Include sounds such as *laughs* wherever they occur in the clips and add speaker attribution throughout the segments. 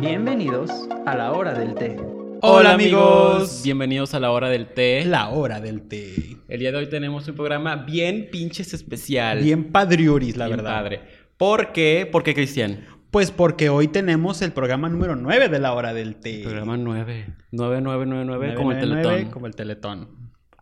Speaker 1: Bienvenidos a la hora del té.
Speaker 2: Hola, amigos.
Speaker 3: bienvenidos a la hora del té.
Speaker 2: La hora del té.
Speaker 3: El día de hoy tenemos un programa bien pinches especial.
Speaker 2: Bien padrioris, la
Speaker 3: Bien
Speaker 2: verdad.
Speaker 3: padre. ¿Por qué? ¿Por qué Cristian?
Speaker 2: Pues porque hoy tenemos el programa número 9 de la hora del té.
Speaker 3: Programa 9. 9999 como el
Speaker 2: 999,
Speaker 3: teletón.
Speaker 2: Como el teletón.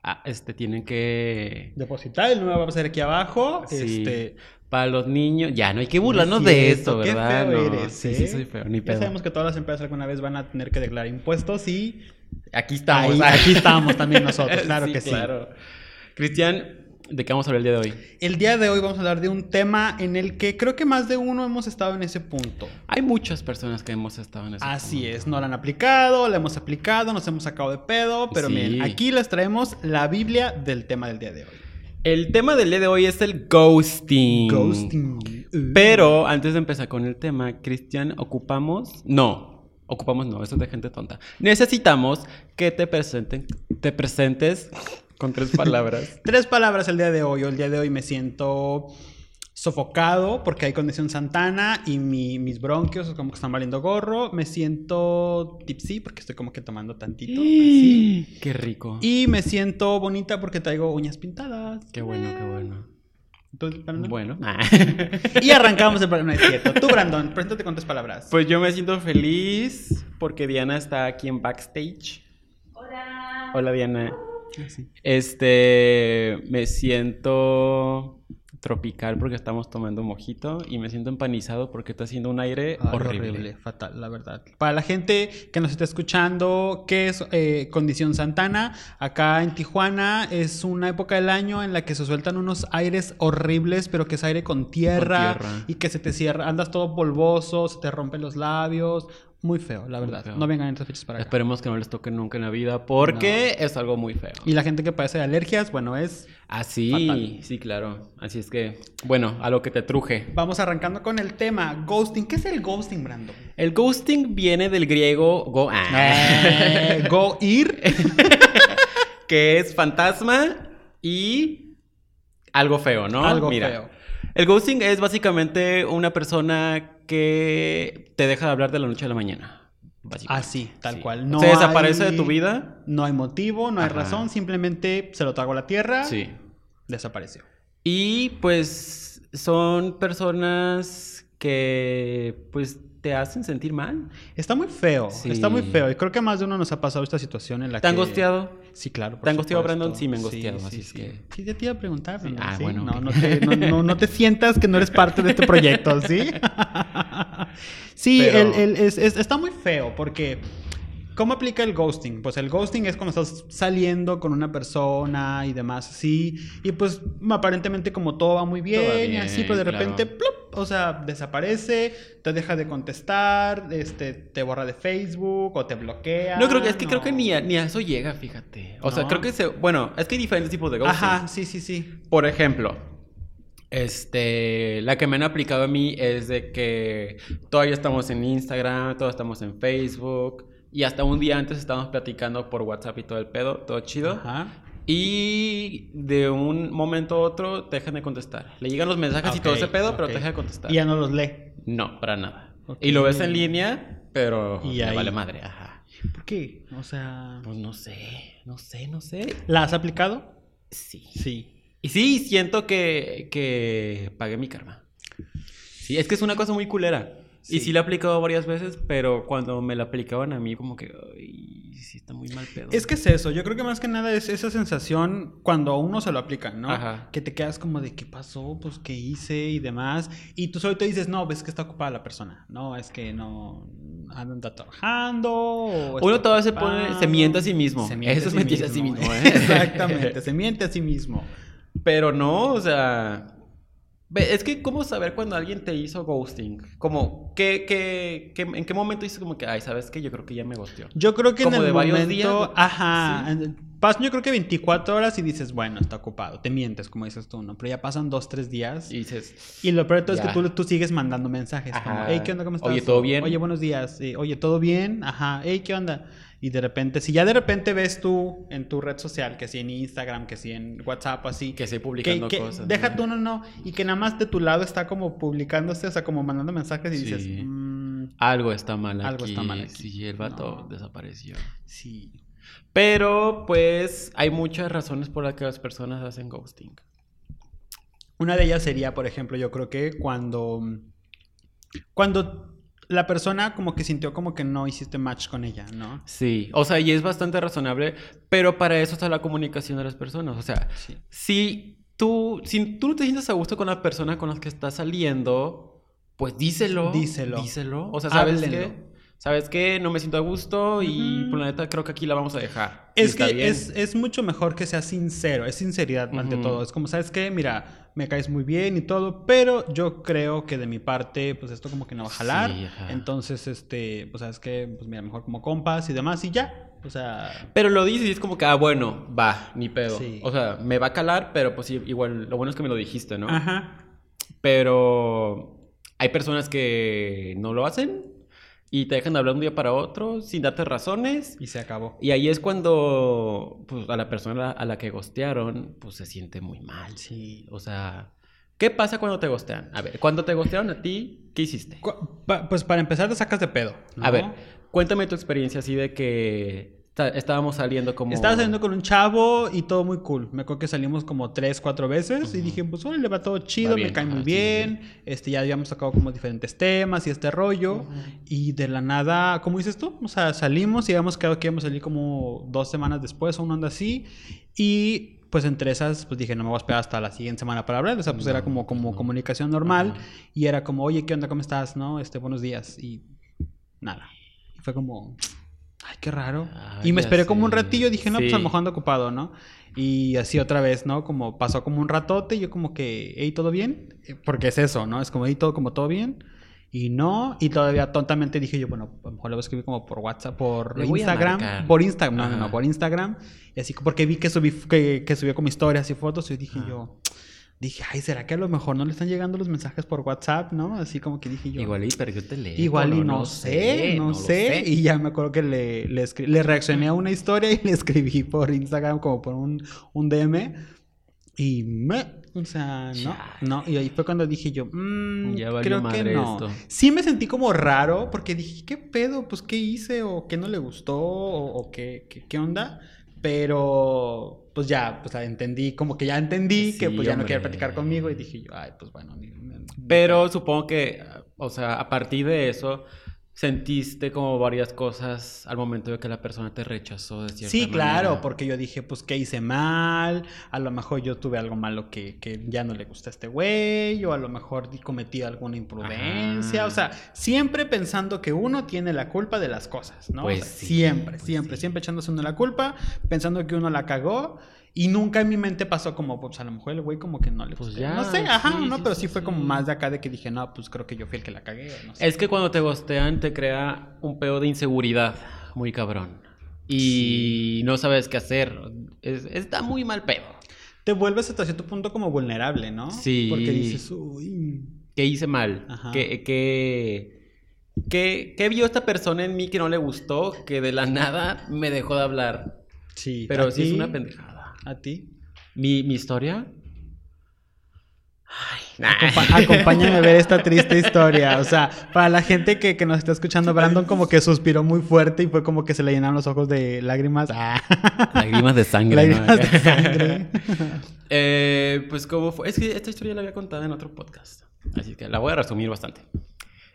Speaker 3: Ah, este tienen que
Speaker 2: Depositar, el número va a aparecer aquí abajo.
Speaker 3: Sí.
Speaker 2: Este,
Speaker 3: para los niños, ya no hay que burlarnos
Speaker 2: Sí,
Speaker 3: de
Speaker 2: cierto,
Speaker 3: esto,
Speaker 2: qué
Speaker 3: ¿verdad?
Speaker 2: feo
Speaker 3: No,
Speaker 2: eres,
Speaker 3: sí,
Speaker 2: ¿eh?
Speaker 3: sí soy feo, ni
Speaker 2: ya
Speaker 3: pedo.
Speaker 2: sabemos que todas las empresas alguna vez van a tener que declarar impuestos y
Speaker 3: Aquí estamos.
Speaker 2: Ahí- aquí estamos también
Speaker 3: *laughs*
Speaker 2: nosotros, claro que sí.
Speaker 3: Cristian, ¿de qué vamos a hablar el día de hoy?
Speaker 2: el día de hoy vamos a hablar de un tema en el que creo que más de uno hemos estado en ese punto.
Speaker 3: Hay muchas personas que hemos estado en ese
Speaker 2: Así es, no la han aplicado, la hemos aplicado, nos hemos sacado de pedo, pero
Speaker 3: Sí.
Speaker 2: miren, aquí les traemos la Biblia del tema del día de hoy.
Speaker 3: El tema del día de hoy es el ghosting.
Speaker 2: Uh.
Speaker 3: Mm. Pero antes de empezar con el tema, Cristian, ocupamos. No, ocupamos no, eso es de gente tonta. Necesitamos que te presenten, te presentes con tres
Speaker 2: *laughs*
Speaker 3: palabras.
Speaker 2: Tres palabras el día de hoy. El día de hoy me siento sofocado porque hay condición Santana y mi- mis bronquios como que están valiendo gorro. Me siento tipsy porque estoy como que tomando
Speaker 3: *gasps*
Speaker 2: tantito. así.
Speaker 3: Qué rico.
Speaker 2: Y me siento bonita porque traigo uñas pintadas.
Speaker 3: Qué bueno, qué bueno.
Speaker 2: Entonces, para nada.
Speaker 3: Bueno.
Speaker 2: Y arrancamos el programa. No es cierto. Tú, Brandon, preséntate con tres palabras.
Speaker 3: *laughs* Pues yo me siento feliz porque Diana está aquí en backstage. Hola. Hola Diana.
Speaker 2: Ah,
Speaker 3: Este, me siento tropical porque estamos tomando mojito y me siento empanizado porque está haciendo un aire
Speaker 2: Ay,
Speaker 3: horrible.
Speaker 2: fatal, la verdad. Para la gente que nos está escuchando, ¿qué es eh, Condición Santana? Acá en Tijuana es una época del año en la que se sueltan unos aires horribles, pero que es aire con tierra,
Speaker 3: Con tierra.
Speaker 2: y que se te cierra, andas todo polvoso, se te rompen los labios. Muy feo, la
Speaker 3: Muy
Speaker 2: verdad.
Speaker 3: feo.
Speaker 2: No vengan en estas fechas para acá.
Speaker 3: Esperemos que no les toque nunca en la vida porque es algo muy feo.
Speaker 2: Y la gente que padece de alergias, bueno, es.
Speaker 3: Así,
Speaker 2: Fatal.
Speaker 3: sí, claro. Así es que, bueno, a lo que te truje.
Speaker 2: Vamos arrancando con el tema. Ghosting. ¿Qué es el ghosting,
Speaker 3: *laughs*
Speaker 2: Brando?
Speaker 3: El ghosting viene del griego go, ah,
Speaker 2: Eh, go ir.
Speaker 3: que es fantasma y algo feo, ¿no?
Speaker 2: Algo
Speaker 3: Mira,
Speaker 2: feo.
Speaker 3: El ghosting es básicamente una persona que te deja de hablar de la noche a la mañana. básicamente.
Speaker 2: Así, Ah, tal
Speaker 3: Sí.
Speaker 2: cual. No
Speaker 3: se desaparece
Speaker 2: hay-
Speaker 3: de tu vida.
Speaker 2: No hay motivo, no hay
Speaker 3: Ajá.
Speaker 2: razón, simplemente se lo trago a la tierra,
Speaker 3: Sí.
Speaker 2: desapareció.
Speaker 3: Y pues son personas que pues te hacen sentir mal.
Speaker 2: Está muy feo,
Speaker 3: Sí.
Speaker 2: está muy feo. Y creo que a más de uno nos ha pasado esta situación en la
Speaker 3: ¿Te han
Speaker 2: que...
Speaker 3: gosteado?
Speaker 2: Sí, claro.
Speaker 3: ¿Te han
Speaker 2: gosteado
Speaker 3: gosteado, Brandon? Sí, me han gosteado, así es que-
Speaker 2: Sí, ya te iba a preguntar, Brandon.
Speaker 3: Ah,
Speaker 2: sí.
Speaker 3: bueno,
Speaker 2: No,
Speaker 3: ok.
Speaker 2: no, te, no, no- no te sientas que no eres parte de este proyecto,
Speaker 3: *laughs*
Speaker 2: ¿sí? sí,
Speaker 3: Pero-
Speaker 2: el- el- es- es- está muy feo porque... ¿Cómo aplica el ghosting? Pues el ghosting es cuando estás saliendo con una persona y demás así. Y pues aparentemente como todo va muy bien,
Speaker 3: Todo va
Speaker 2: y así, pero de
Speaker 3: bien,
Speaker 2: repente,
Speaker 3: claro.
Speaker 2: ¡plup! o sea, desaparece, te deja de contestar, este, te borra de Facebook o te bloquea.
Speaker 3: No creo que es que creo que
Speaker 2: Ah, no.
Speaker 3: ni a, ni a eso llega, fíjate. O sea,
Speaker 2: No.
Speaker 3: creo que se bueno, es que hay diferentes tipos de ghosting.
Speaker 2: Ajá, sí, sí, sí.
Speaker 3: Por ejemplo, este, la que me han aplicado a mí es de que todavía estamos en Instagram, todavía estamos en Facebook y hasta un día antes estábamos platicando por WhatsApp y todo el pedo, todo chido.
Speaker 2: Ajá.
Speaker 3: Y de un momento a otro te dejan de contestar. Le llegan los mensajes y
Speaker 2: Ok,
Speaker 3: todo ese pedo, pero
Speaker 2: ok.
Speaker 3: te dejan de contestar.
Speaker 2: Y ya no los lee.
Speaker 3: No, para nada.
Speaker 2: Ok.
Speaker 3: Y lo ves en línea, pero
Speaker 2: Y
Speaker 3: te
Speaker 2: ahí.
Speaker 3: vale madre, ajá.
Speaker 2: ¿Por qué? O sea,
Speaker 3: Pues no sé, no sé, no sé.
Speaker 2: ¿la has aplicado?
Speaker 3: Sí.
Speaker 2: Sí.
Speaker 3: Y sí, siento que, que pagué mi karma. Sí, es que es una cosa muy culera. Y
Speaker 2: Sí.
Speaker 3: sí la he aplicado varias veces, pero cuando me la aplicaban a mí, como que, ay, sí está muy mal pedo.
Speaker 2: Es que es eso, yo creo que más que nada es esa sensación cuando a uno se lo aplican, ¿no?
Speaker 3: Ajá.
Speaker 2: Que te quedas como de qué pasó, pues qué hice y demás. Y tú solo te dices, no, ves que está ocupada la persona. No, es que no anda trabajando. o
Speaker 3: Uno
Speaker 2: está
Speaker 3: todavía se pone-
Speaker 2: ocupado".
Speaker 3: se miente a sí mismo. Eso es mentirse a sí mismo, ¿eh?
Speaker 2: *laughs* Exactamente, se miente a sí mismo.
Speaker 3: Pero no, o sea. ve, Es que, ¿cómo saber cuando alguien te hizo ghosting? Como, ¿qué, qué, qué- en qué momento dices como que, ay, ¿sabes qué? Yo creo que ya me ghosteó.
Speaker 2: Yo creo que
Speaker 3: Como
Speaker 2: en el
Speaker 3: de varios
Speaker 2: momento,
Speaker 3: días,
Speaker 2: ajá, en- pasan yo creo que 24 horas y dices, bueno, está ocupado, te mientes, como dices tú, ¿no? Pero ya pasan 2, 3 días
Speaker 3: Y dices,
Speaker 2: y lo peor de todo es que
Speaker 3: ya.
Speaker 2: tú, tú sigues mandando mensajes, como,
Speaker 3: Ajá.
Speaker 2: hey, ¿qué onda? ¿Cómo estás?
Speaker 3: Oye, ¿todo bien?
Speaker 2: Oye, buenos días, Sí, oye, ¿todo bien? Ajá, hey, ¿qué onda? Y de repente, si ya de repente ves tú en tu red social, que si en Instagram, que si en WhatsApp, así,
Speaker 3: que estoy
Speaker 2: que,
Speaker 3: publicando
Speaker 2: que
Speaker 3: cosas.
Speaker 2: deja
Speaker 3: ¿no?
Speaker 2: tú, no, no, y que nada más de tu lado está como publicándose, o sea, como mandando mensajes y
Speaker 3: Sí.
Speaker 2: dices, "Mm,
Speaker 3: Algo está mal aquí.
Speaker 2: Algo está mal aquí.
Speaker 3: Sí, el vato
Speaker 2: No.
Speaker 3: desapareció.
Speaker 2: Sí.
Speaker 3: Pero, pues, hay muchas razones por las que las personas hacen ghosting.
Speaker 2: Una de ellas sería, por ejemplo, yo creo que cuando. Cuando la persona como que sintió como que no hiciste match con ella, ¿no?
Speaker 3: Sí, o sea, y es bastante razonable, pero para eso está la comunicación de las personas. O sea,
Speaker 2: Sí.
Speaker 3: si tú, si tú no te sientes a gusto con las personas con las que estás saliendo, pues díselo.
Speaker 2: Díselo.
Speaker 3: Díselo. O sea, ¿sabes
Speaker 2: Háblenlo.
Speaker 3: qué? ¿Sabes qué? No me siento a gusto y
Speaker 2: Ujú.
Speaker 3: por la neta creo que aquí la vamos a dejar. Y
Speaker 2: Es
Speaker 3: está
Speaker 2: que
Speaker 3: bien.
Speaker 2: es, es mucho mejor que sea sincero, es sinceridad ante
Speaker 3: Ujú.
Speaker 2: todo. Es como, ¿sabes qué? Mira, me caes muy bien y todo, pero yo creo que de mi parte, pues esto como que no va a jalar.
Speaker 3: Sí, ajá.
Speaker 2: Entonces, este, pues sabes qué, pues mira, mejor como compas y demás y ya. O sea,
Speaker 3: Pero lo dices y es como que, ah, bueno, va, ni pedo.
Speaker 2: Sí.
Speaker 3: O sea, me va a calar, pero pues sí, igual, lo bueno es que me lo dijiste, ¿no?
Speaker 2: ajá.
Speaker 3: Pero hay personas que no lo hacen y te dejan de hablar un día para otro sin darte razones.
Speaker 2: Y se acabó.
Speaker 3: Y ahí es cuando pues, a la persona a la que gostearon pues, se siente muy mal.
Speaker 2: Sí.
Speaker 3: O sea, ¿qué pasa cuando te gostean? A ver, cuando te gostearon a ti, ¿qué hiciste?
Speaker 2: Cu- pa- pues para empezar te sacas de pedo. ¿no?
Speaker 3: A ver, cuéntame tu experiencia así de que está- estábamos saliendo como...
Speaker 2: Estaba saliendo con un chavo y todo muy cool. Me acuerdo que salimos como tres, cuatro veces y
Speaker 3: Ujú.
Speaker 2: dije, pues órale, va todo chido,
Speaker 3: Va
Speaker 2: me
Speaker 3: bien,
Speaker 2: cae
Speaker 3: ajá,
Speaker 2: muy
Speaker 3: sí, sí,
Speaker 2: bien. Este, ya habíamos sacado como diferentes temas y este rollo.
Speaker 3: Ujú.
Speaker 2: Y de la nada, ¿cómo dices tú? O sea, salimos y habíamos quedado que íbamos a salir como dos semanas después o una onda así. Y pues entre esas, pues dije, no me voy a esperar hasta la siguiente semana para hablar. O sea, pues era
Speaker 3: No,
Speaker 2: como, como
Speaker 3: no.
Speaker 2: comunicación normal.
Speaker 3: Ajá.
Speaker 2: Y era como, oye, ¿qué onda? ¿Cómo estás? ¿No? Este, buenos días. Y nada. Y fue como, ay, qué raro.
Speaker 3: Ah,
Speaker 2: y me
Speaker 3: ya
Speaker 2: esperé como un
Speaker 3: sé.
Speaker 2: ratillo, dije, no, pues a lo
Speaker 3: Sí.
Speaker 2: mejor ando ocupado, ¿no? Y así otra vez, ¿no? Como pasó como un ratote, yo como que, hey, ¿todo bien? Eh, Porque es eso, ¿no? Es como, hey, todo como todo bien. Y no, y todavía tontamente dije yo, bueno, a lo mejor lo voy a escribir como por WhatsApp, por
Speaker 3: Le voy a
Speaker 2: Instagram.
Speaker 3: marcar.
Speaker 2: Por Instagram, no, no,
Speaker 3: Ajá.
Speaker 2: no, por Instagram. Y así, porque vi que, subí, que, que subió como historias y fotos y dije
Speaker 3: Ajá.
Speaker 2: yo, dije, ay, ¿será que a lo mejor no le están llegando los mensajes por WhatsApp, no? Así como que dije yo.
Speaker 3: Igual y perdió teléfono.
Speaker 2: Igual y no, sé, no,
Speaker 3: lo
Speaker 2: sé. Y ya me acuerdo que le, le, escri- le reaccioné a una historia y *laughs* le escribí por Instagram como por un, un DM. Y me... O sea, no,
Speaker 3: Chale.
Speaker 2: no. Y ahí fue cuando dije yo, mm,
Speaker 3: Ya valió
Speaker 2: creo que
Speaker 3: madre
Speaker 2: no.
Speaker 3: esto.
Speaker 2: Sí me sentí como raro porque dije, ¿qué pedo? Pues, ¿qué hice? ¿O qué no le gustó? ¿O, o qué, qué, qué onda? Pero, pues ya, pues entendí, como que ya entendí que
Speaker 3: Sí,
Speaker 2: pues ya no
Speaker 3: hombre.
Speaker 2: quería platicar conmigo y dije yo, ay, pues bueno. ni- ni-
Speaker 3: Pero supongo que, o sea, a partir de eso, sentiste como varias cosas al momento de que la persona te rechazó de cierta
Speaker 2: Sí, claro,
Speaker 3: manera.
Speaker 2: porque yo dije, pues, ¿qué hice mal? A lo mejor yo tuve algo malo que, que ya no le gusta a este güey, o a lo mejor di- cometí alguna imprudencia.
Speaker 3: Ajá.
Speaker 2: O sea, siempre pensando que uno tiene la culpa de las cosas, ¿no? O
Speaker 3: Pues
Speaker 2: sea,
Speaker 3: sí,
Speaker 2: siempre,
Speaker 3: pues
Speaker 2: siempre,
Speaker 3: sí.
Speaker 2: siempre echándose uno la culpa, pensando que uno la cagó. Y nunca en mi mente pasó como, pues a lo mejor el güey como que no le
Speaker 3: Pues
Speaker 2: gustó.
Speaker 3: ya,
Speaker 2: no sé, ajá,
Speaker 3: sí,
Speaker 2: no,
Speaker 3: sí,
Speaker 2: pero sí,
Speaker 3: sí,
Speaker 2: fue
Speaker 3: sí.
Speaker 2: como más de acá de que dije, no, pues creo que yo fui el que la cagué. o No sé.
Speaker 3: Es que cuando te gostean te crea un pedo de inseguridad muy cabrón. Y no sabes qué hacer. Es- está muy mal pedo.
Speaker 2: Te vuelves hasta cierto punto como vulnerable, ¿no?
Speaker 3: Sí.
Speaker 2: Porque dices, uy.
Speaker 3: ¿Qué hice mal?
Speaker 2: Ajá.
Speaker 3: ¿Qué, qué, qué, qué vio esta persona en mí que no le gustó? Que de la nada me dejó de hablar.
Speaker 2: Sí,
Speaker 3: Pero
Speaker 2: ¿a
Speaker 3: sí es
Speaker 2: ti?
Speaker 3: una pendejada.
Speaker 2: ¿A ti?
Speaker 3: ¿Mi,
Speaker 2: *laughs*
Speaker 3: mi historia? Ay, nah.
Speaker 2: Acompa- acompáñame a ver esta triste historia. O sea, para la gente que, que nos está escuchando, Brandon como que suspiró muy fuerte y fue como que se le llenaron los ojos de lágrimas. Ah,
Speaker 3: Lágrimas de
Speaker 2: *laughs*
Speaker 3: sangre.
Speaker 2: lágrimas
Speaker 3: ¿no?
Speaker 2: de sangre.
Speaker 3: Eh, pues cómo fue. Es que esta historia la había contado en otro podcast. Así que la voy a resumir bastante.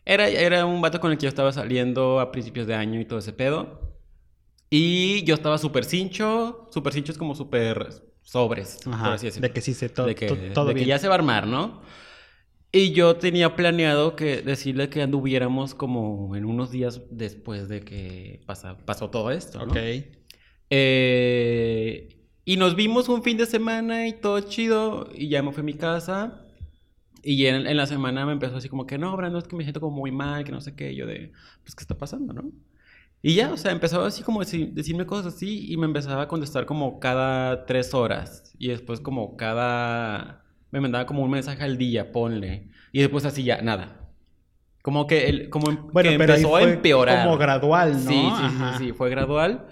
Speaker 3: Era, era un vato con el que yo estaba saliendo a principios de año y todo ese pedo. Y yo estaba súper cincho. Súper cincho es como súper sobres, por
Speaker 2: Ajá,
Speaker 3: así decirlo.
Speaker 2: de que sí se todo,
Speaker 3: de que,
Speaker 2: to- todo
Speaker 3: de que
Speaker 2: bien.
Speaker 3: ya se va a armar, ¿no? Y yo tenía planeado que decirle que anduviéramos como en unos días después de que pasa- pasó todo esto, ¿no?
Speaker 2: Ok.
Speaker 3: Eh, y nos vimos un fin de semana y todo chido. Y ya me fui a mi casa. Y en, en la semana me empezó así como que no, Brando, es que me siento como muy mal, que no sé qué. Y yo de, pues, ¿qué está pasando, no? Y ya, o sea, empezó así como deci- decirme cosas así y me empezaba a contestar como cada tres horas. Y después como cada... Me mandaba como un mensaje al día, ponle. Y después así ya, nada. Como que, el, como em-
Speaker 2: Bueno,
Speaker 3: que
Speaker 2: pero ahí
Speaker 3: empezó a
Speaker 2: fue
Speaker 3: empeorar.
Speaker 2: como gradual, ¿no?
Speaker 3: Sí, sí, sí,
Speaker 2: Ajá.
Speaker 3: sí, fue gradual.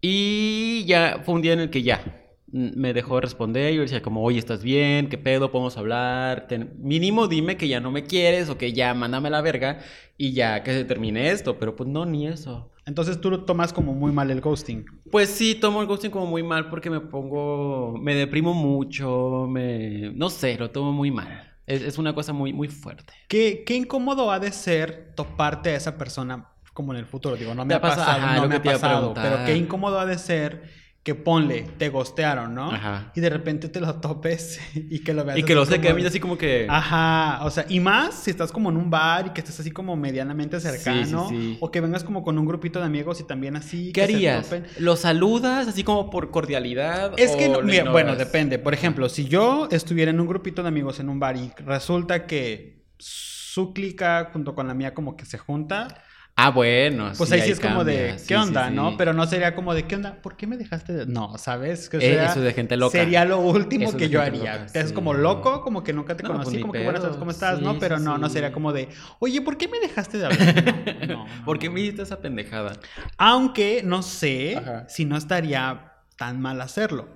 Speaker 3: Y ya fue un día en el que ya, me dejó de responder. Yo decía como, oye, ¿estás bien? ¿Qué pedo? ¿Podemos hablar? Ten- mínimo dime que ya no me quieres o que ya mándame a la verga y ya que se termine esto. Pero pues no, ni eso.
Speaker 2: Entonces tú lo tomas como muy mal el ghosting.
Speaker 3: Pues sí, tomo el ghosting como muy mal porque me pongo, me deprimo mucho, me, no sé, lo tomo muy mal. Es, es una cosa muy, muy fuerte.
Speaker 2: ¿Qué, qué incómodo ha de ser toparte a esa persona como en el futuro. Digo, no
Speaker 3: Te
Speaker 2: me
Speaker 3: ha
Speaker 2: ha pasado,
Speaker 3: pasado, ajá,
Speaker 2: no
Speaker 3: lo
Speaker 2: me
Speaker 3: que
Speaker 2: ha
Speaker 3: te iba a
Speaker 2: pasado.
Speaker 3: preguntar.
Speaker 2: Pero qué incómodo ha de ser que ponle, te gostearon, ¿no?
Speaker 3: Ajá.
Speaker 2: Y de repente te lo topes *laughs* y que lo veas.
Speaker 3: Y que
Speaker 2: así
Speaker 3: lo sé, que a
Speaker 2: como-
Speaker 3: mí así como que...
Speaker 2: Ajá, o sea, y más si estás como en un bar y que estés así como medianamente cercano.
Speaker 3: sí.
Speaker 2: O que vengas como con un grupito de amigos y también así.
Speaker 3: ¿Qué
Speaker 2: que se
Speaker 3: harías?
Speaker 2: topen.
Speaker 3: ¿Lo saludas así como por cordialidad?
Speaker 2: Es que,
Speaker 3: o
Speaker 2: no-
Speaker 3: lo
Speaker 2: mira,
Speaker 3: ignoras?
Speaker 2: bueno, depende. Por ejemplo, si yo estuviera en un grupito de amigos en un bar y resulta que su clica junto con la mía como que se junta,
Speaker 3: Ah, bueno.
Speaker 2: pues ahí sí
Speaker 3: ahí
Speaker 2: es como de,
Speaker 3: cambia.
Speaker 2: ¿qué
Speaker 3: Sí, sí,
Speaker 2: onda,
Speaker 3: sí.
Speaker 2: no? Pero no sería como de, ¿qué onda? ¿Por qué me dejaste de...? No, ¿sabes? Que
Speaker 3: Eh,
Speaker 2: sea-
Speaker 3: eso es de gente loca.
Speaker 2: Sería lo último
Speaker 3: Eso es
Speaker 2: que
Speaker 3: de
Speaker 2: yo
Speaker 3: gente
Speaker 2: haría.
Speaker 3: loca,
Speaker 2: Te haces
Speaker 3: sí.
Speaker 2: como loco, como que nunca te
Speaker 3: No, pues,
Speaker 2: conocí,
Speaker 3: ni
Speaker 2: como que buenas
Speaker 3: pedo.
Speaker 2: tardes, ¿cómo estás?
Speaker 3: Sí,
Speaker 2: no, pero
Speaker 3: sí,
Speaker 2: no, no
Speaker 3: sí.
Speaker 2: sería como de, oye, ¿por qué me dejaste de hablar? No,
Speaker 3: *laughs*
Speaker 2: no, no,
Speaker 3: ¿Por qué
Speaker 2: no.
Speaker 3: me hiciste esa pendejada?
Speaker 2: Aunque no sé
Speaker 3: Ajá.
Speaker 2: si no estaría tan mal hacerlo.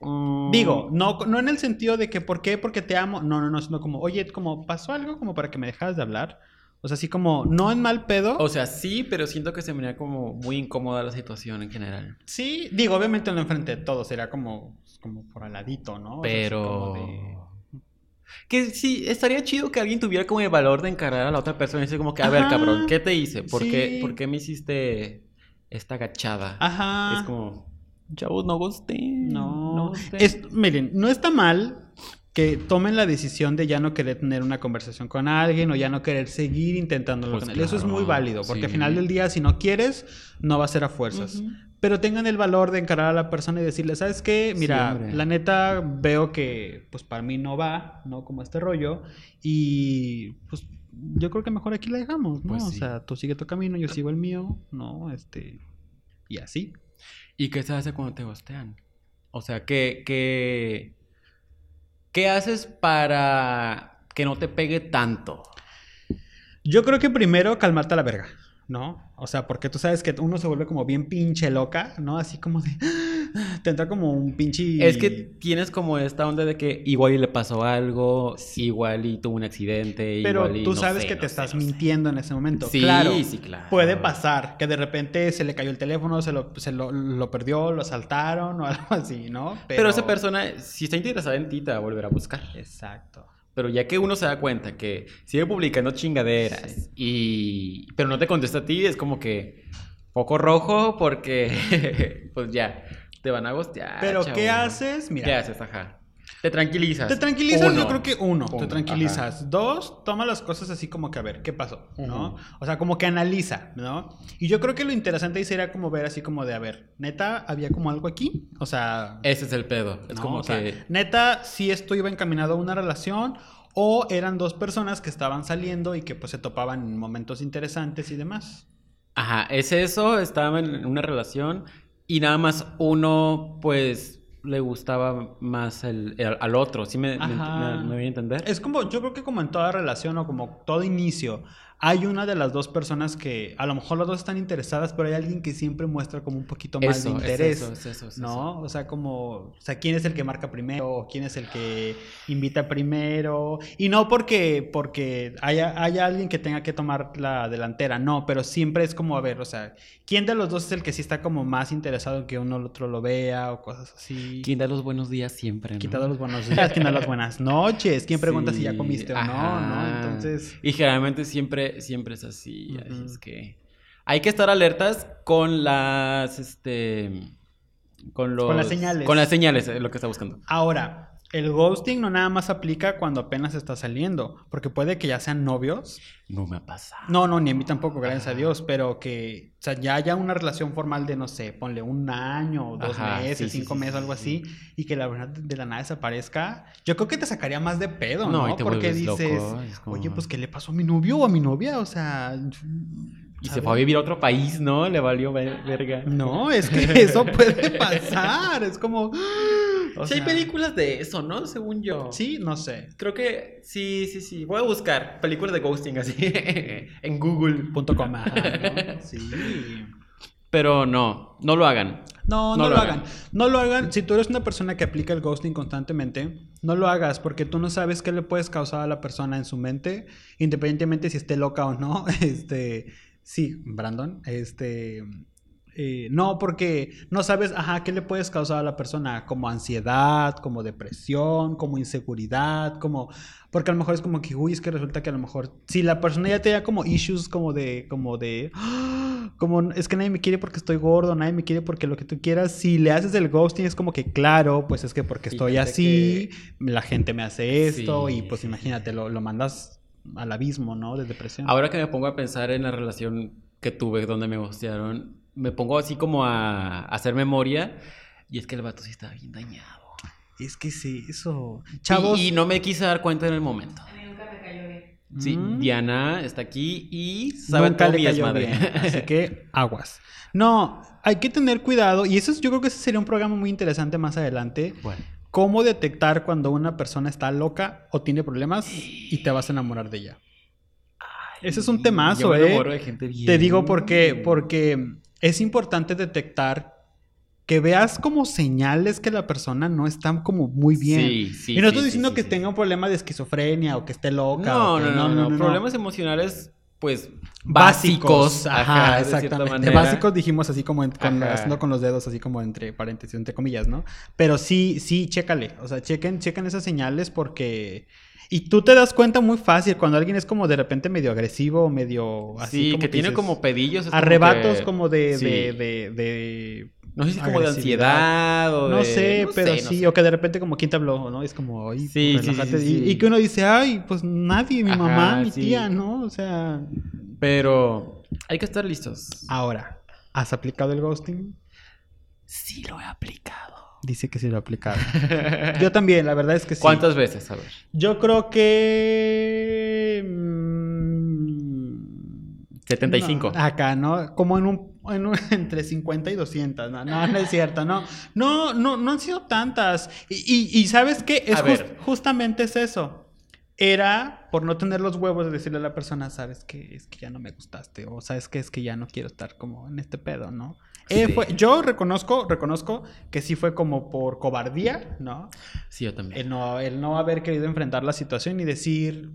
Speaker 3: Mm,
Speaker 2: Digo, no, no en el sentido de que ¿por qué? Porque te amo. No, no, no, sino como, oye, como pasó algo como para que me dejaras de hablar. O sea, así como, no en mal pedo.
Speaker 3: O sea, sí, pero siento que se me haría como muy incómoda la situación en general.
Speaker 2: sí, digo, obviamente no enfrente de todo, sería como, pues, como por aladito, ¿no? O sea, así
Speaker 3: Pero...
Speaker 2: como de-
Speaker 3: Que sí, estaría chido que alguien tuviera como el valor de encarar a la otra persona y decir como que, a ver,
Speaker 2: Ajá,
Speaker 3: cabrón, ¿qué te hice? ¿Por,
Speaker 2: sí.
Speaker 3: qué, por qué me hiciste esta gachada?
Speaker 2: Ajá.
Speaker 3: Es como, chavos, no gosteen.
Speaker 2: No.
Speaker 3: gosteen.
Speaker 2: es, miren, no está mal que tomen la decisión de ya no querer tener una conversación con alguien o ya no querer seguir intentándolo
Speaker 3: Pues
Speaker 2: con él. Eso es
Speaker 3: claro,
Speaker 2: muy válido, porque al
Speaker 3: sí.
Speaker 2: final del día, si no quieres, no va a ser a fuerzas.
Speaker 3: Ujú.
Speaker 2: Pero tengan el valor de encarar a la persona y decirle, ¿sabes qué?
Speaker 3: Sí,
Speaker 2: Mira,
Speaker 3: hombre.
Speaker 2: la neta veo que pues para mí no va, ¿no? Como este rollo. Y pues yo creo que mejor aquí la dejamos, ¿no?
Speaker 3: Pues sí.
Speaker 2: O sea, tú sigue tu camino, yo sigo el mío, ¿no? Este... Y así.
Speaker 3: ¿Y qué se hace cuando te gostean? O sea, ¿qué, qué, qué haces para que no te pegue tanto?
Speaker 2: Yo creo que primero calmarte a la verga, ¿no? O sea, porque tú sabes que uno se vuelve como bien pinche loca, ¿no? Así como de... *laughs* Te entra como un pinche...
Speaker 3: Es que tienes como esta onda de que igual y le pasó algo, igual y tuvo un accidente,
Speaker 2: Pero
Speaker 3: igual y
Speaker 2: tú
Speaker 3: no
Speaker 2: sabes
Speaker 3: sé,
Speaker 2: que
Speaker 3: no
Speaker 2: te
Speaker 3: sé,
Speaker 2: estás
Speaker 3: no sé.
Speaker 2: mintiendo en ese momento.
Speaker 3: Sí,
Speaker 2: claro.
Speaker 3: sí, claro.
Speaker 2: Puede pasar que de repente se le cayó el teléfono, se lo, se lo, lo perdió, lo asaltaron o *laughs* algo así, ¿no?
Speaker 3: Pero... esa persona, si está interesada en ti, te va a volver a buscar.
Speaker 2: Exacto.
Speaker 3: Pero ya que uno se da cuenta que sigue publicando chingaderas y... Pero no te contesta a ti, es como que... Poco rojo porque... *laughs* pues ya, te van a gostear,
Speaker 2: Pero ¿qué
Speaker 3: chavo.
Speaker 2: haces? Mira.
Speaker 3: ¿Qué haces? Ajá. Te tranquilizas.
Speaker 2: Te tranquilizas,
Speaker 3: Uno.
Speaker 2: yo creo que uno, te
Speaker 3: Uno,
Speaker 2: tranquilizas. Dos, toma las cosas así como que a ver, ¿qué pasó? ¿No? O sea, como que analiza, ¿no? Y yo creo que lo interesante ahí sería como ver así como de, a ver, neta, había como algo aquí. O sea,
Speaker 3: Ese es el pedo. Es
Speaker 2: ¿no?
Speaker 3: como
Speaker 2: O sea,
Speaker 3: que...
Speaker 2: neta, si esto iba encaminado a una relación o eran dos personas que estaban saliendo y que pues se topaban en momentos interesantes y demás.
Speaker 3: Ajá, es eso, estaba en una relación y nada más uno, pues, le gustaba más el, el- al otro. ¿Sí me, me,
Speaker 2: Ajá.
Speaker 3: me- me voy a entender?
Speaker 2: Es como, yo creo que como en toda relación o como todo inicio, hay una de las dos personas que a lo mejor las dos están interesadas, pero hay alguien que siempre muestra como un poquito más
Speaker 3: Eso,
Speaker 2: de
Speaker 3: es
Speaker 2: interés.
Speaker 3: eso, es eso, es eso.
Speaker 2: ¿No? O sea, como, o sea, quién es el que marca primero, o quién es el que invita primero. Y no porque, porque haya, haya alguien que tenga que tomar la delantera, no, pero siempre es como, a ver, o sea, quién de los dos es el que sí está como más interesado en que uno al otro lo vea o cosas así.
Speaker 3: Quien da los buenos días siempre, ¿no?
Speaker 2: ¿Quién te da los buenos días? ¿Quién da las
Speaker 3: *laughs*
Speaker 2: buenas noches? ¿Quién pregunta si ya
Speaker 3: Sí,
Speaker 2: comiste o no?
Speaker 3: ajá.
Speaker 2: ¿no? Entonces,
Speaker 3: Y generalmente siempre, siempre es así. Así
Speaker 2: Ujú.
Speaker 3: es que. Hay que estar alertas con las. Este. Con, los,
Speaker 2: Con las señales.
Speaker 3: Con las señales, es lo que está buscando.
Speaker 2: ahora, el ghosting no nada más aplica cuando apenas está saliendo, porque puede que ya sean novios.
Speaker 3: No me ha pasado.
Speaker 2: No, no, ni a mí tampoco, gracias a
Speaker 3: Ajá.
Speaker 2: Dios, pero que o sea, ya haya una relación formal de, no sé, ponle un año, dos
Speaker 3: Ajá,
Speaker 2: meses,
Speaker 3: sí, sí,
Speaker 2: cinco
Speaker 3: sí,
Speaker 2: meses,
Speaker 3: sí,
Speaker 2: algo
Speaker 3: sí.
Speaker 2: así, y que la verdad de la nada desaparezca, yo creo que te sacaría más de pedo, ¿no?
Speaker 3: No, y te
Speaker 2: Porque
Speaker 3: vuelves loco,
Speaker 2: dices,
Speaker 3: es como-
Speaker 2: oye, pues, ¿qué le pasó a mi novio o a mi novia? O sea...
Speaker 3: Y se
Speaker 2: ¿sabes?
Speaker 3: fue a vivir a otro país, ¿no? Le valió ver- verga. *laughs*
Speaker 2: No, es que eso puede pasar, es como... *gasps* o
Speaker 3: Sí, hay
Speaker 2: sea,
Speaker 3: películas de eso, ¿no? Según yo.
Speaker 2: Sí, no sé.
Speaker 3: Creo que sí, sí, sí. Voy a buscar *laughs* películas de ghosting así en Google.
Speaker 2: Punto coma. ajá, ¿no? Sí.
Speaker 3: Pero no, no lo hagan.
Speaker 2: No, no, lo, hagan. No lo hagan. Si tú eres una persona que aplica el ghosting constantemente, no lo hagas porque tú no sabes qué le puedes causar a la persona en su mente, independientemente si esté loca o no. *laughs* Este, sí, Brandon, este, eh, no, porque no sabes, ajá, qué le puedes causar a la persona, como ansiedad, como depresión, como inseguridad, como, porque a lo mejor es como que, uy, es que resulta que a lo mejor, si la persona ya te da como issues, como de, como de, *gasps* "Ah", como, es que nadie me quiere porque estoy gordo, nadie me quiere porque lo que tú quieras, si le haces el ghosting es como que, claro, pues es que porque estoy
Speaker 3: Fíjate
Speaker 2: así, la gente me hace esto,
Speaker 3: Sí.
Speaker 2: y pues imagínate, lo, lo mandas al abismo, ¿no? De depresión.
Speaker 3: Ahora que me pongo a pensar en la relación que tuve donde me gostearon, me pongo así como a, a hacer memoria y es que el vato sí estaba bien dañado.
Speaker 2: es que sí, eso. Chavos.
Speaker 3: Y, y no me quise dar cuenta en el momento.
Speaker 4: A mí nunca me cayó bien.
Speaker 3: Sí,
Speaker 2: Mm.
Speaker 3: Diana está aquí y sabe
Speaker 2: Nunca
Speaker 3: todo
Speaker 2: le
Speaker 3: mi
Speaker 2: cayó
Speaker 3: desmadre.
Speaker 2: bien, Así que aguas. No, hay que tener cuidado. Y eso es- yo creo que ese sería un programa muy interesante más adelante.
Speaker 3: *laughs* Bueno,
Speaker 2: Cómo detectar cuando una persona está loca o tiene problemas y te vas a enamorar de ella. Ese es un temazo,
Speaker 3: yo me
Speaker 2: ¿eh?
Speaker 3: enamoro de gente bien.
Speaker 2: Te digo porque, porque es importante detectar que veas como señales que la persona no está como muy bien.
Speaker 3: Sí, sí,
Speaker 2: y no estoy
Speaker 3: sí, sí,
Speaker 2: diciendo
Speaker 3: sí,
Speaker 2: que
Speaker 3: sí.
Speaker 2: tenga un problema de esquizofrenia o que esté loca.
Speaker 3: No,
Speaker 2: o que-
Speaker 3: no, no, no, Problemas emocionales, pues,
Speaker 2: básicos,
Speaker 3: básicos.
Speaker 2: ajá,
Speaker 3: de cierta
Speaker 2: exactamente.
Speaker 3: manera.
Speaker 2: Básicos dijimos así como en- con,
Speaker 3: Ajá.
Speaker 2: haciendo con los dedos, así como entre paréntesis, entre comillas, ¿no? Pero sí, sí, chécale, o sea, chequen, chequen esas señales porque... Y tú te das cuenta muy fácil cuando alguien es como de repente medio agresivo, medio así.
Speaker 3: sí,
Speaker 2: como
Speaker 3: que tiene
Speaker 2: dices,
Speaker 3: como pedillos. es como
Speaker 2: Arrebatos
Speaker 3: que-
Speaker 2: como de...
Speaker 3: Sí.
Speaker 2: de, de, de-
Speaker 3: No sé si es como de
Speaker 2: agresividad.
Speaker 3: ansiedad o de...
Speaker 2: No sé, pero
Speaker 3: no
Speaker 2: sí,
Speaker 3: sé.
Speaker 2: o que de repente como quien te habló, ¿no? Es como, ay,
Speaker 3: Sí,
Speaker 2: pues,
Speaker 3: sí, sí,
Speaker 2: relájate.
Speaker 3: sí,
Speaker 2: Y,
Speaker 3: sí.
Speaker 2: y que uno dice, ay, pues nadie, mi
Speaker 3: Ajá,
Speaker 2: mamá, mi
Speaker 3: sí.
Speaker 2: tía, ¿no? O sea,
Speaker 3: Pero Ah, hay que estar listos.
Speaker 2: ahora, ¿has aplicado el ghosting?
Speaker 3: Sí lo he aplicado.
Speaker 2: Dice que sí lo
Speaker 3: *laughs*
Speaker 2: aplicado. Yo también, la verdad es que sí.
Speaker 3: ¿Cuántas veces? A ver.
Speaker 2: Yo creo que... mm,
Speaker 3: 75.
Speaker 2: no, acá, ¿no? Como en un, en un- *laughs* entre 50 y 200. No, no, no es cierto, no. No, no, no han sido tantas. Y, y- y ¿sabes qué? Es
Speaker 3: A ver.
Speaker 2: jus- justamente es eso. Era por no tener los huevos de decirle a la persona, sabes que es que ya no me gustaste o sabes que es que ya no quiero estar como en este pedo, ¿no? Eh,
Speaker 3: Sí.
Speaker 2: fue- yo reconozco, reconozco que sí fue como por cobardía, ¿no?
Speaker 3: Sí, yo también.
Speaker 2: El no, el no haber querido enfrentar la situación y decir,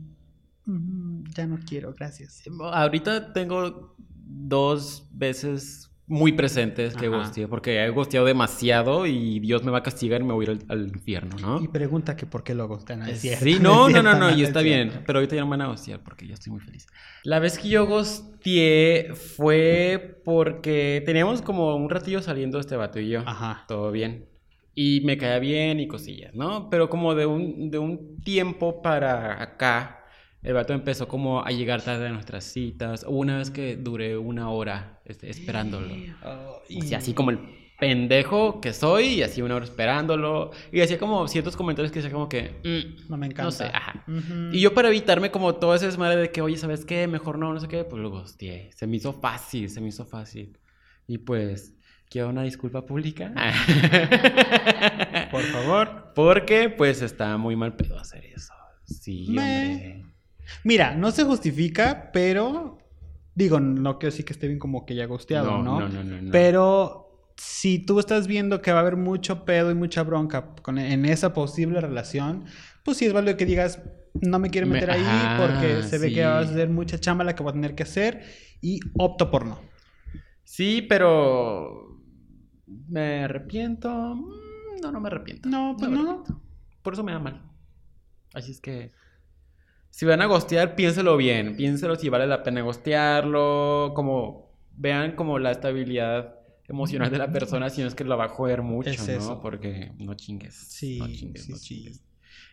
Speaker 2: "Mm, ya no quiero, gracias.
Speaker 3: Ahorita tengo dos veces muy presentes que
Speaker 2: Ajá.
Speaker 3: gosteé, porque he gosteado demasiado y Dios me va a castigar y me voy a ir al, al infierno, ¿no?
Speaker 2: Y pregunta que por qué lo gustan.
Speaker 3: Eh, sí,
Speaker 2: *laughs*
Speaker 3: no, no, no, no, y está bien. Pero ahorita ya no me van a gostear porque yo estoy muy feliz. La vez que yo gosteé fue porque teníamos como un ratillo saliendo este vato y yo.
Speaker 2: Ajá.
Speaker 3: Todo bien. Y me caía bien y cosillas, ¿no? Pero como de un, de un tiempo para acá, el vato empezó como a llegar tarde a nuestras citas. Hubo una vez que duré una hora este, esperándolo. Y así como el pendejo que soy, y así una hora esperándolo. Y hacía como ciertos comentarios que decía como que... "Mm,
Speaker 2: No me encanta.
Speaker 3: sé, ajá.
Speaker 2: Ujú.
Speaker 3: y yo para evitarme como todo ese desmadre de que, oye, ¿sabes qué? Mejor no, no sé qué, pues lo gosteé. Se me hizo fácil, se me hizo fácil. Y pues, quiero una
Speaker 2: *laughs*
Speaker 3: disculpa pública. *laughs*
Speaker 2: Por favor.
Speaker 3: Porque pues está muy mal pedo hacer eso. Sí,
Speaker 2: Me-
Speaker 3: hombre.
Speaker 2: Mira, no se justifica, pero. Digo, no quiero decir que esté bien como que ya gusteado, ¿no?
Speaker 3: no, no, no.
Speaker 2: Pero si tú estás viendo que va a haber mucho pedo y mucha bronca con- en esa posible relación, pues sí es válido que digas, no me quiero
Speaker 3: Me-
Speaker 2: meter ahí
Speaker 3: ajá,
Speaker 2: porque se ve
Speaker 3: sí.
Speaker 2: que va a ser mucha chamba la que voy a tener que hacer y opto por no.
Speaker 3: Sí, pero me arrepiento. Mm, No, no me arrepiento.
Speaker 2: No, pues
Speaker 3: me
Speaker 2: no.
Speaker 3: arrepiento. Por eso me da mal. Así es que si van a gostear, piénselo bien, piénselo si vale la pena gostearlo, como vean como la estabilidad emocional de la persona, si no es que la va a joder mucho,
Speaker 2: Es
Speaker 3: ¿no?
Speaker 2: eso.
Speaker 3: Porque no chingues.
Speaker 2: Sí,
Speaker 3: no chingues,
Speaker 2: sí,
Speaker 3: no
Speaker 2: sí.
Speaker 3: chingues.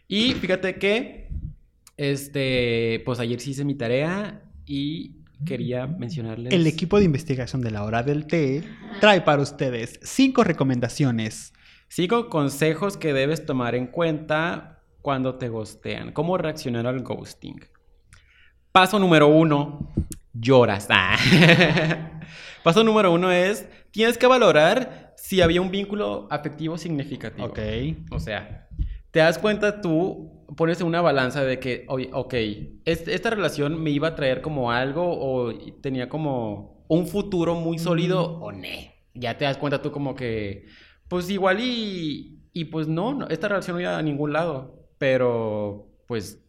Speaker 3: Y fíjate que, este, pues ayer sí hice mi tarea y quería mencionarles.
Speaker 2: El equipo de investigación de la hora del té trae para ustedes cinco recomendaciones.
Speaker 3: Cinco consejos que debes tomar en cuenta cuando te ghostean. ¿Cómo reaccionar al ghosting? Paso número uno, lloras. Ah. *laughs* Paso número uno es, tienes que valorar si había un vínculo afectivo significativo. O sea, te das cuenta tú, pones en una balanza de que, oye, ok, es- esta relación me iba a traer como algo o tenía como un futuro muy sólido o ne. Ya te das cuenta tú como que, pues igual y, y pues no, no, esta relación no iba a ningún lado, pero pues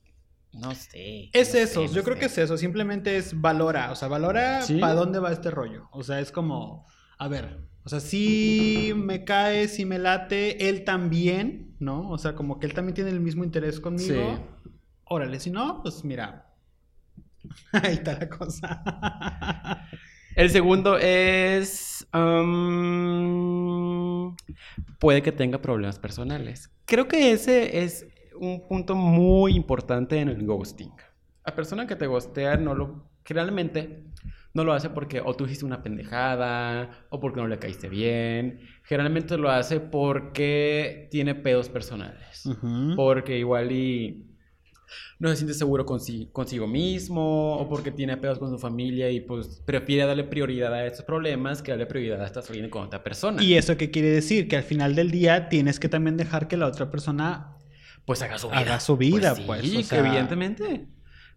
Speaker 3: no sé.
Speaker 2: Es
Speaker 3: no
Speaker 2: eso,
Speaker 3: sé, no
Speaker 2: yo creo
Speaker 3: sé.
Speaker 2: que es eso, simplemente es valora, o sea, valora
Speaker 3: este, Sí.
Speaker 2: para dónde va este rollo. O sea, es como, a ver, o sea, si me cae, si me late, él también, ¿no? O sea, como que él también tiene el mismo interés conmigo.
Speaker 3: Sí.
Speaker 2: Órale, si no, pues mira. *laughs* Ahí está la cosa.
Speaker 3: El segundo es... am, puede que tenga problemas personales. Creo que ese es un punto muy importante en el ghosting. La persona que te ghostea no lo... Generalmente no lo hace porque o tú hiciste una pendejada o porque no le caíste bien. Generalmente lo hace porque tiene pedos personales. Porque igual y no se siente seguro consi- consigo mismo o porque tiene pedos con su familia y pues prefiere darle prioridad a estos problemas que darle prioridad a estar saliendo con otra persona.
Speaker 2: ¿Y eso qué quiere decir? Que al final del día tienes que también dejar que la otra persona
Speaker 3: pues haga su vida.
Speaker 2: Haga su vida, pues,
Speaker 3: sí,
Speaker 2: o sea-
Speaker 3: evidentemente.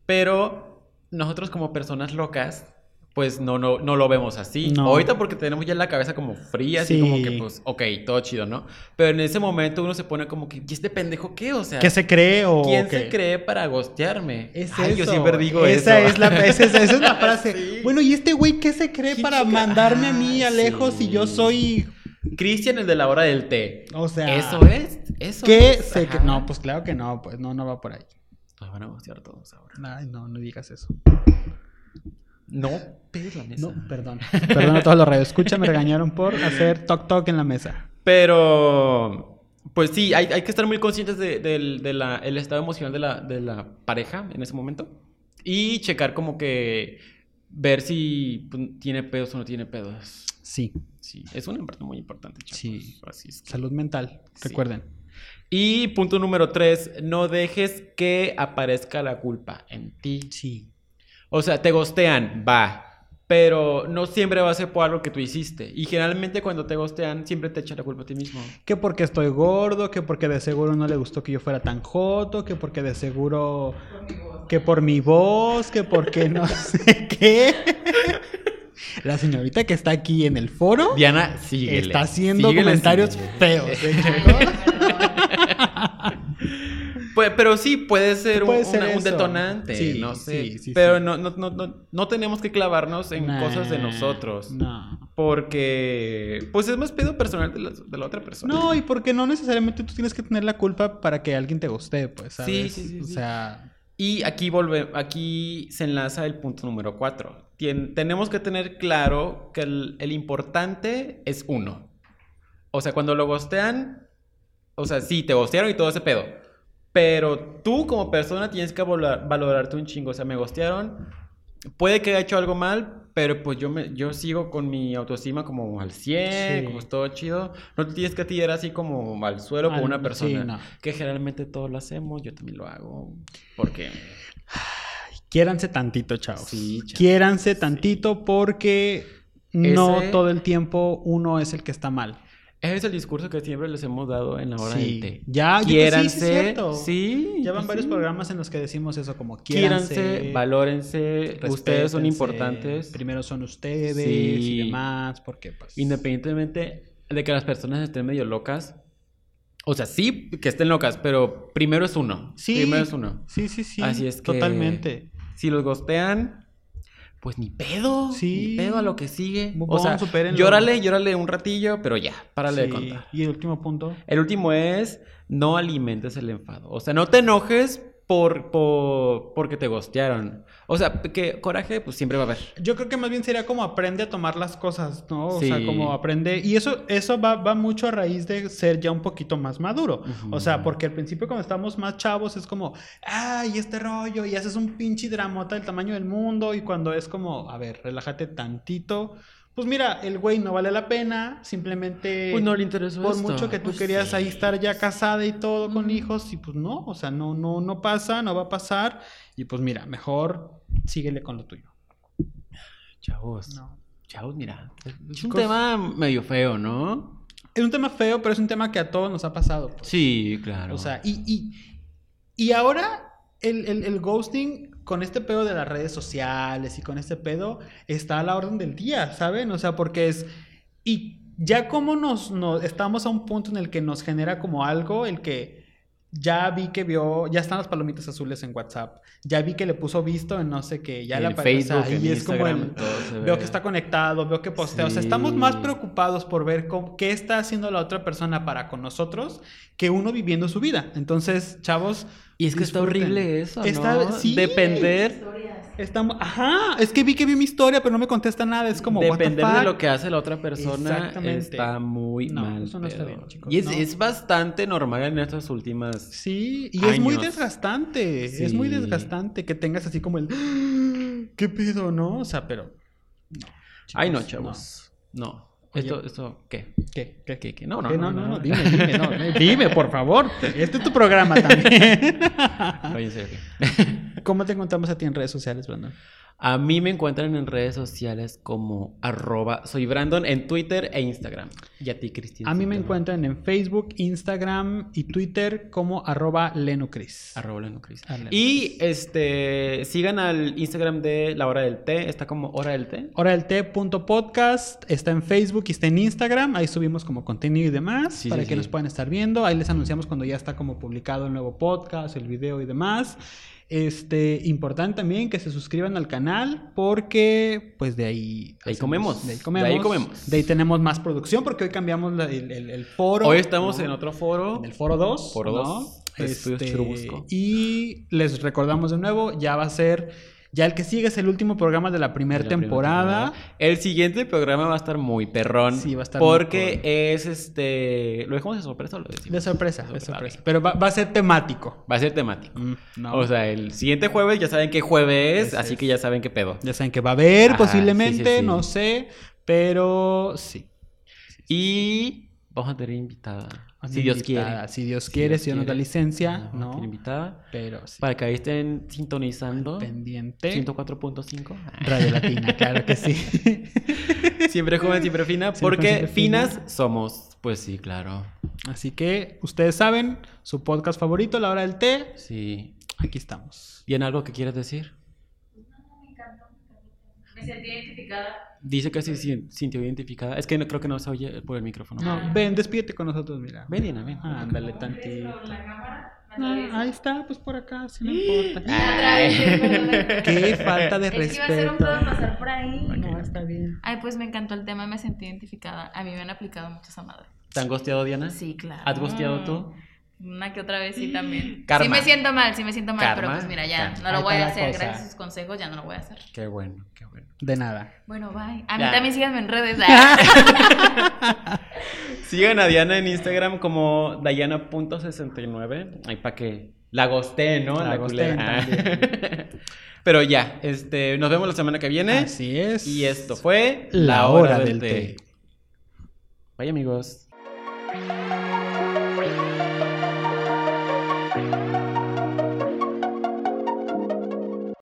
Speaker 3: Pero nosotros como personas locas, pues no, no, no lo vemos así.
Speaker 2: No.
Speaker 3: Ahorita porque tenemos ya la cabeza como fría, así
Speaker 2: Sí.
Speaker 3: como que pues, ok, todo chido, ¿no? Pero en ese momento uno se pone como que, ¿y este pendejo qué? O sea,
Speaker 2: que se cree o
Speaker 3: ¿quién
Speaker 2: qué?
Speaker 3: se cree para gostearme?
Speaker 2: Es
Speaker 3: Ay, yo
Speaker 2: eso.
Speaker 3: siempre digo
Speaker 2: esa
Speaker 3: eso.
Speaker 2: Es la, esa, es- esa es la frase.
Speaker 3: Sí.
Speaker 2: Bueno, ¿y este güey qué se cree
Speaker 3: ¿Qué
Speaker 2: para
Speaker 3: chica?
Speaker 2: mandarme a mí a
Speaker 3: Ah,
Speaker 2: lejos si
Speaker 3: sí.
Speaker 2: yo soy...
Speaker 3: *laughs* Cristian, el de la hora del té.
Speaker 2: O sea...
Speaker 3: Eso es, eso
Speaker 2: ¿Qué
Speaker 3: es.
Speaker 2: se
Speaker 3: ajá.
Speaker 2: cre- No, pues claro que no, pues no, no va por ahí.
Speaker 3: Nos van a gostear todos ahora.
Speaker 2: Ay, no, no digas eso.
Speaker 3: No, pegues la mesa.
Speaker 2: No, perdón. Perdón a todos los radios. Escucha, me regañaron por hacer toc toc en la mesa.
Speaker 3: Pero, pues sí, hay, hay que estar muy conscientes del de, de la- el estado emocional de la, de la pareja en ese momento. Y checar como que ver si pues, tiene pedos o no tiene pedos.
Speaker 2: Sí,
Speaker 3: Sí, es una parte muy importante, chavos.
Speaker 2: Sí.
Speaker 3: Así es que-
Speaker 2: salud mental,
Speaker 3: Sí.
Speaker 2: recuerden.
Speaker 3: Y punto número tres, no dejes que aparezca la culpa en ti.
Speaker 2: Sí.
Speaker 3: O sea, te gostean, va. Pero no siempre va a ser por algo que tú hiciste. Y generalmente cuando te gostean, siempre te echan la culpa a ti mismo.
Speaker 2: Que porque estoy gordo, que porque de seguro no le gustó que yo fuera tan joto, que porque de seguro... Que por mi voz, que porque no *laughs* sé qué. La señorita que está aquí en el foro
Speaker 3: Diana, síguele.
Speaker 2: está haciendo
Speaker 3: Síguele,
Speaker 2: comentarios
Speaker 3: síguele.
Speaker 2: feos.
Speaker 3: *laughs*
Speaker 2: ¿eh, Checo?
Speaker 3: Pu- Pues, pero sí, puede ser, un,
Speaker 2: Puede ser
Speaker 3: una- un
Speaker 2: eso.
Speaker 3: detonante,
Speaker 2: Sí,
Speaker 3: no sé.
Speaker 2: sí, sí,
Speaker 3: pero
Speaker 2: sí.
Speaker 3: No, no, no, no, no tenemos que clavarnos en
Speaker 2: Nah,
Speaker 3: cosas de nosotros.
Speaker 2: No.
Speaker 3: Porque, pues es más pedo personal de la, de la otra persona.
Speaker 2: No, y porque no necesariamente tú tienes que tener la culpa para que alguien te guste, pues, ¿sabes?
Speaker 3: Sí, sí, sí,
Speaker 2: O
Speaker 3: sí.
Speaker 2: sea,
Speaker 3: Y aquí, volve, aquí se enlaza el punto número cuatro. Tien- tenemos que tener claro que el, el importante es uno. O sea, cuando lo gostean, o sea, sí, te gostearon y todo ese pedo. Pero tú como persona tienes que valorar- valorarte un chingo. O sea, me gostearon, puede que haya hecho algo mal, pero pues yo, me, yo sigo con mi autoestima como al 100,
Speaker 2: Sí.
Speaker 3: como todo chido. No te tienes que tirar así como al suelo
Speaker 2: Al-
Speaker 3: con una persona.
Speaker 2: sí, no.
Speaker 3: Que generalmente todos lo hacemos, yo también lo hago. Porque
Speaker 2: quiéranse tantito, chavos.
Speaker 3: Sí, chavos.
Speaker 2: Quiéranse tantito porque no
Speaker 3: Ese-
Speaker 2: todo el tiempo uno es el que está mal.
Speaker 3: ese es el discurso que siempre les hemos dado en la hora
Speaker 2: Sí.
Speaker 3: del té.
Speaker 2: Ya, yo- sí, sí, es
Speaker 3: Quiéranse,
Speaker 2: cierto.
Speaker 3: sí,
Speaker 2: Ya van
Speaker 3: sí.
Speaker 2: varios programas en los que decimos eso, como
Speaker 3: Quiéranse,
Speaker 2: quiéranse,
Speaker 3: valórense, ustedes son
Speaker 2: respétense,
Speaker 3: importantes.
Speaker 2: Primero son ustedes
Speaker 3: Sí.
Speaker 2: y demás, porque pues...
Speaker 3: Independientemente de que las personas estén medio locas. O sea, sí que estén locas, pero primero es uno.
Speaker 2: Sí.
Speaker 3: Primero es uno.
Speaker 2: Sí, sí, sí.
Speaker 3: Así es que-
Speaker 2: Totalmente.
Speaker 3: Si los gostean, pues ni pedo.
Speaker 2: Sí.
Speaker 3: Ni pedo a lo que sigue.
Speaker 2: Move
Speaker 3: o
Speaker 2: on,
Speaker 3: sea,
Speaker 2: supérenlo.
Speaker 3: llórale, llórale un ratillo, pero ya, párale
Speaker 2: Sí.
Speaker 3: de contar.
Speaker 2: Y el último punto.
Speaker 3: El último es no alimentes el enfado. O sea, no te enojes por, por- porque te gostearon. O sea, que coraje pues siempre va a haber.
Speaker 2: Yo creo que más bien sería como aprende a tomar las cosas, ¿no? O sea,
Speaker 3: Sí.
Speaker 2: como aprende. Y eso, eso va, va mucho a raíz de ser ya un poquito más maduro.
Speaker 3: Ujú.
Speaker 2: O sea, porque al principio cuando estamos más chavos es como, ay, este rollo, y haces un pinche dramota del tamaño del mundo. Y cuando es como, a ver, relájate tantito. Pues mira, el güey no vale la pena, simplemente.
Speaker 3: Pues no le interesó
Speaker 2: por
Speaker 3: esto.
Speaker 2: mucho que tú
Speaker 3: Pues
Speaker 2: querías
Speaker 3: sí.
Speaker 2: ahí estar ya casada y todo con hijos, y pues no, o sea, no, no, no pasa, no va a pasar. Y pues mira, mejor síguele con lo tuyo.
Speaker 3: Chavos,
Speaker 2: No.
Speaker 3: chavos, mira. Es un
Speaker 2: Chicos.
Speaker 3: tema medio feo, ¿no?
Speaker 2: Es un tema feo, pero es un tema que a todos nos ha pasado. pues.
Speaker 3: Sí, claro.
Speaker 2: O sea, y, y, y ahora el, el- el ghosting con este pedo de las redes sociales y con este pedo está a la orden del día, ¿saben? O sea, porque es... Y ya como nos, nos estamos a un punto en el que nos genera como algo, el que ya vi que vio, ya están las palomitas azules en WhatsApp, ya vi que le puso visto en no sé qué, ya
Speaker 3: En
Speaker 2: la
Speaker 3: Facebook, en
Speaker 2: y es como
Speaker 3: Instagram,
Speaker 2: el-
Speaker 3: todo se
Speaker 2: veo
Speaker 3: ve.
Speaker 2: que está conectado, veo que postea, o sea,
Speaker 3: Sí.
Speaker 2: estamos más preocupados por ver cómo- qué está haciendo la otra persona para con nosotros que uno viviendo su vida. Entonces, chavos,
Speaker 3: Y es que está
Speaker 2: disfruten.
Speaker 3: horrible eso,
Speaker 2: Está-
Speaker 3: ¿no?
Speaker 2: sí.
Speaker 3: Depender,
Speaker 4: Historias.
Speaker 2: Estamos, ajá, es que vi que vi mi historia, pero no me contesta nada, es como what the
Speaker 3: depender de
Speaker 2: fuck.
Speaker 3: lo que hace la otra persona
Speaker 2: Exactamente.
Speaker 3: está muy
Speaker 2: No,
Speaker 3: mal.
Speaker 2: eso no está
Speaker 3: pedo.
Speaker 2: bien, chicos,
Speaker 3: Y es,
Speaker 2: no.
Speaker 3: es bastante normal en estas últimas.
Speaker 2: Sí, y es muy
Speaker 3: años.
Speaker 2: desgastante, es muy
Speaker 3: Sí.
Speaker 2: desgastante que tengas así como el *gasps* qué pedo, ¿no? O sea, pero no,
Speaker 3: Ay, no,
Speaker 2: chicos,
Speaker 3: chavos. No.
Speaker 2: Oye.
Speaker 3: Esto, esto, ¿qué?
Speaker 2: ¿Qué? ¿Qué?
Speaker 3: ¿Qué? ¿Qué? No, no,
Speaker 2: ¿Qué?
Speaker 3: no, no, no.
Speaker 2: dime, dime,
Speaker 3: *laughs*
Speaker 2: no, eh, dime, por favor. Este es tu programa
Speaker 3: *laughs*
Speaker 2: también.
Speaker 3: Oye, en serio, ¿qué?
Speaker 2: ¿Cómo te encontramos a ti en redes sociales, Brandon?
Speaker 3: A mí me encuentran en redes sociales como arroba soy Brandon en Twitter e Instagram. Y a ti, Cristina.
Speaker 2: A mí me
Speaker 3: ¿no?
Speaker 2: encuentran en Facebook, Instagram y Twitter como arroba lenucris.
Speaker 3: Arroba Leno Cris.
Speaker 2: Arroba
Speaker 3: Y este sigan al Instagram de la hora del té. Está como hora del té.
Speaker 2: Hora del té punto podcast está en Facebook y está en Instagram. Ahí subimos como contenido y demás
Speaker 3: Sí,
Speaker 2: para
Speaker 3: sí,
Speaker 2: que
Speaker 3: sí.
Speaker 2: nos puedan estar viendo. Ahí les anunciamos cuando ya está como publicado el nuevo podcast, el video y demás. Este, importante también que se suscriban al canal porque pues de ahí...
Speaker 3: De ahí comemos.
Speaker 2: De ahí comemos.
Speaker 3: De ahí comemos.
Speaker 2: De ahí tenemos más producción porque hoy cambiamos la- el, el- el foro.
Speaker 3: Hoy estamos
Speaker 2: ¿no?
Speaker 3: en otro foro.
Speaker 2: En el foro 2.
Speaker 3: Foro
Speaker 2: ¿no?
Speaker 3: dos, Estudios
Speaker 2: Este,
Speaker 3: Churubusco.
Speaker 2: Y les recordamos de nuevo, ya va a ser... Ya el que sigue es el último programa de la primera
Speaker 3: La primera
Speaker 2: temporada.
Speaker 3: temporada. El siguiente programa va a estar muy perrón.
Speaker 2: Sí, va a estar muy
Speaker 3: Porque
Speaker 2: cool.
Speaker 3: es este. ¿Lo dejamos de sorpresa o lo decimos?
Speaker 2: De sorpresa, de
Speaker 3: De sorpresa. Mm,
Speaker 2: sorpresa. Pero va, va a ser temático.
Speaker 3: Va a ser temático.
Speaker 2: no.
Speaker 3: O sea, el siguiente jueves ya saben qué jueves es,
Speaker 2: Ese
Speaker 3: así
Speaker 2: es.
Speaker 3: que ya saben qué pedo.
Speaker 2: ya saben que va a haber
Speaker 3: Ajá,
Speaker 2: posiblemente,
Speaker 3: sí, sí, sí.
Speaker 2: no sé, pero sí.
Speaker 3: Y vamos a tener invitada.
Speaker 2: Una
Speaker 3: si Dios
Speaker 2: invitada,
Speaker 3: quiere.
Speaker 2: Si Dios quiere, si Dios nos da
Speaker 3: quiere.
Speaker 2: licencia,
Speaker 3: Ajá,
Speaker 2: ¿no?
Speaker 3: tiene invitada.
Speaker 2: Pero sí.
Speaker 3: Para que ahí estén sintonizando.
Speaker 2: Pendiente.
Speaker 3: 104.5.
Speaker 2: Radio Latina, claro que sí.
Speaker 3: *laughs*
Speaker 2: *laughs*
Speaker 3: Siempre joven, siempre fina.
Speaker 2: Siempre
Speaker 3: Porque
Speaker 2: siempre fina.
Speaker 3: finas somos. Pues sí, claro.
Speaker 2: Así que ustedes saben, su podcast favorito, La Hora del Té,
Speaker 3: Sí.
Speaker 2: aquí estamos.
Speaker 3: ¿Y en algo que quieras decir?
Speaker 4: Me encantó, me encantó. Me sentí identificada.
Speaker 3: Dice que se sien- sintió identificada. Es que no, creo que no se oye por el micrófono.
Speaker 2: No, Ah. ven, despídete con nosotros, mira.
Speaker 3: Ven, Diana, ven.
Speaker 2: Ándale
Speaker 4: Como crees
Speaker 2: tantito.
Speaker 4: Con la cámara, me atravieso.
Speaker 2: Ah, ahí está, pues por acá, si no importa. *laughs*
Speaker 4: Me atravesé, perdón.
Speaker 2: Qué falta de
Speaker 4: Es que iba a ser un
Speaker 2: respeto.
Speaker 4: todo pasar por ahí.
Speaker 2: No, está bien.
Speaker 4: Ay, pues me encantó el tema, me sentí identificada. A mí me han aplicado mucho esa madre.
Speaker 3: ¿Te han gosteado, Diana?
Speaker 4: Sí, Ah. claro.
Speaker 3: ¿Has gosteado tú?
Speaker 4: Una que otra vez sí también.
Speaker 3: Karma.
Speaker 4: Sí me siento mal, sí me siento mal, pero
Speaker 3: Karma.
Speaker 4: pues mira, ya
Speaker 3: Karma.
Speaker 4: no
Speaker 2: Ahí
Speaker 4: lo voy
Speaker 2: está
Speaker 4: a
Speaker 2: la
Speaker 4: hacer.
Speaker 2: cosa.
Speaker 4: Gracias a sus consejos ya no lo voy a hacer.
Speaker 3: Qué bueno, qué bueno.
Speaker 2: De nada.
Speaker 4: Bueno, bye. A mí
Speaker 3: Ya.
Speaker 4: también síganme
Speaker 2: *laughs*
Speaker 4: en redes. ah.
Speaker 3: Sigan a Diana en Instagram como Dayana.69. Ahí para que la gosteen, ¿no?
Speaker 2: La
Speaker 3: culera. Ah.
Speaker 2: gosteen
Speaker 3: *laughs* Pero ya, este, nos vemos la semana que viene.
Speaker 2: Así es.
Speaker 3: Y esto fue
Speaker 2: ¿Eh? La Hora del Té.
Speaker 3: Bye, amigos.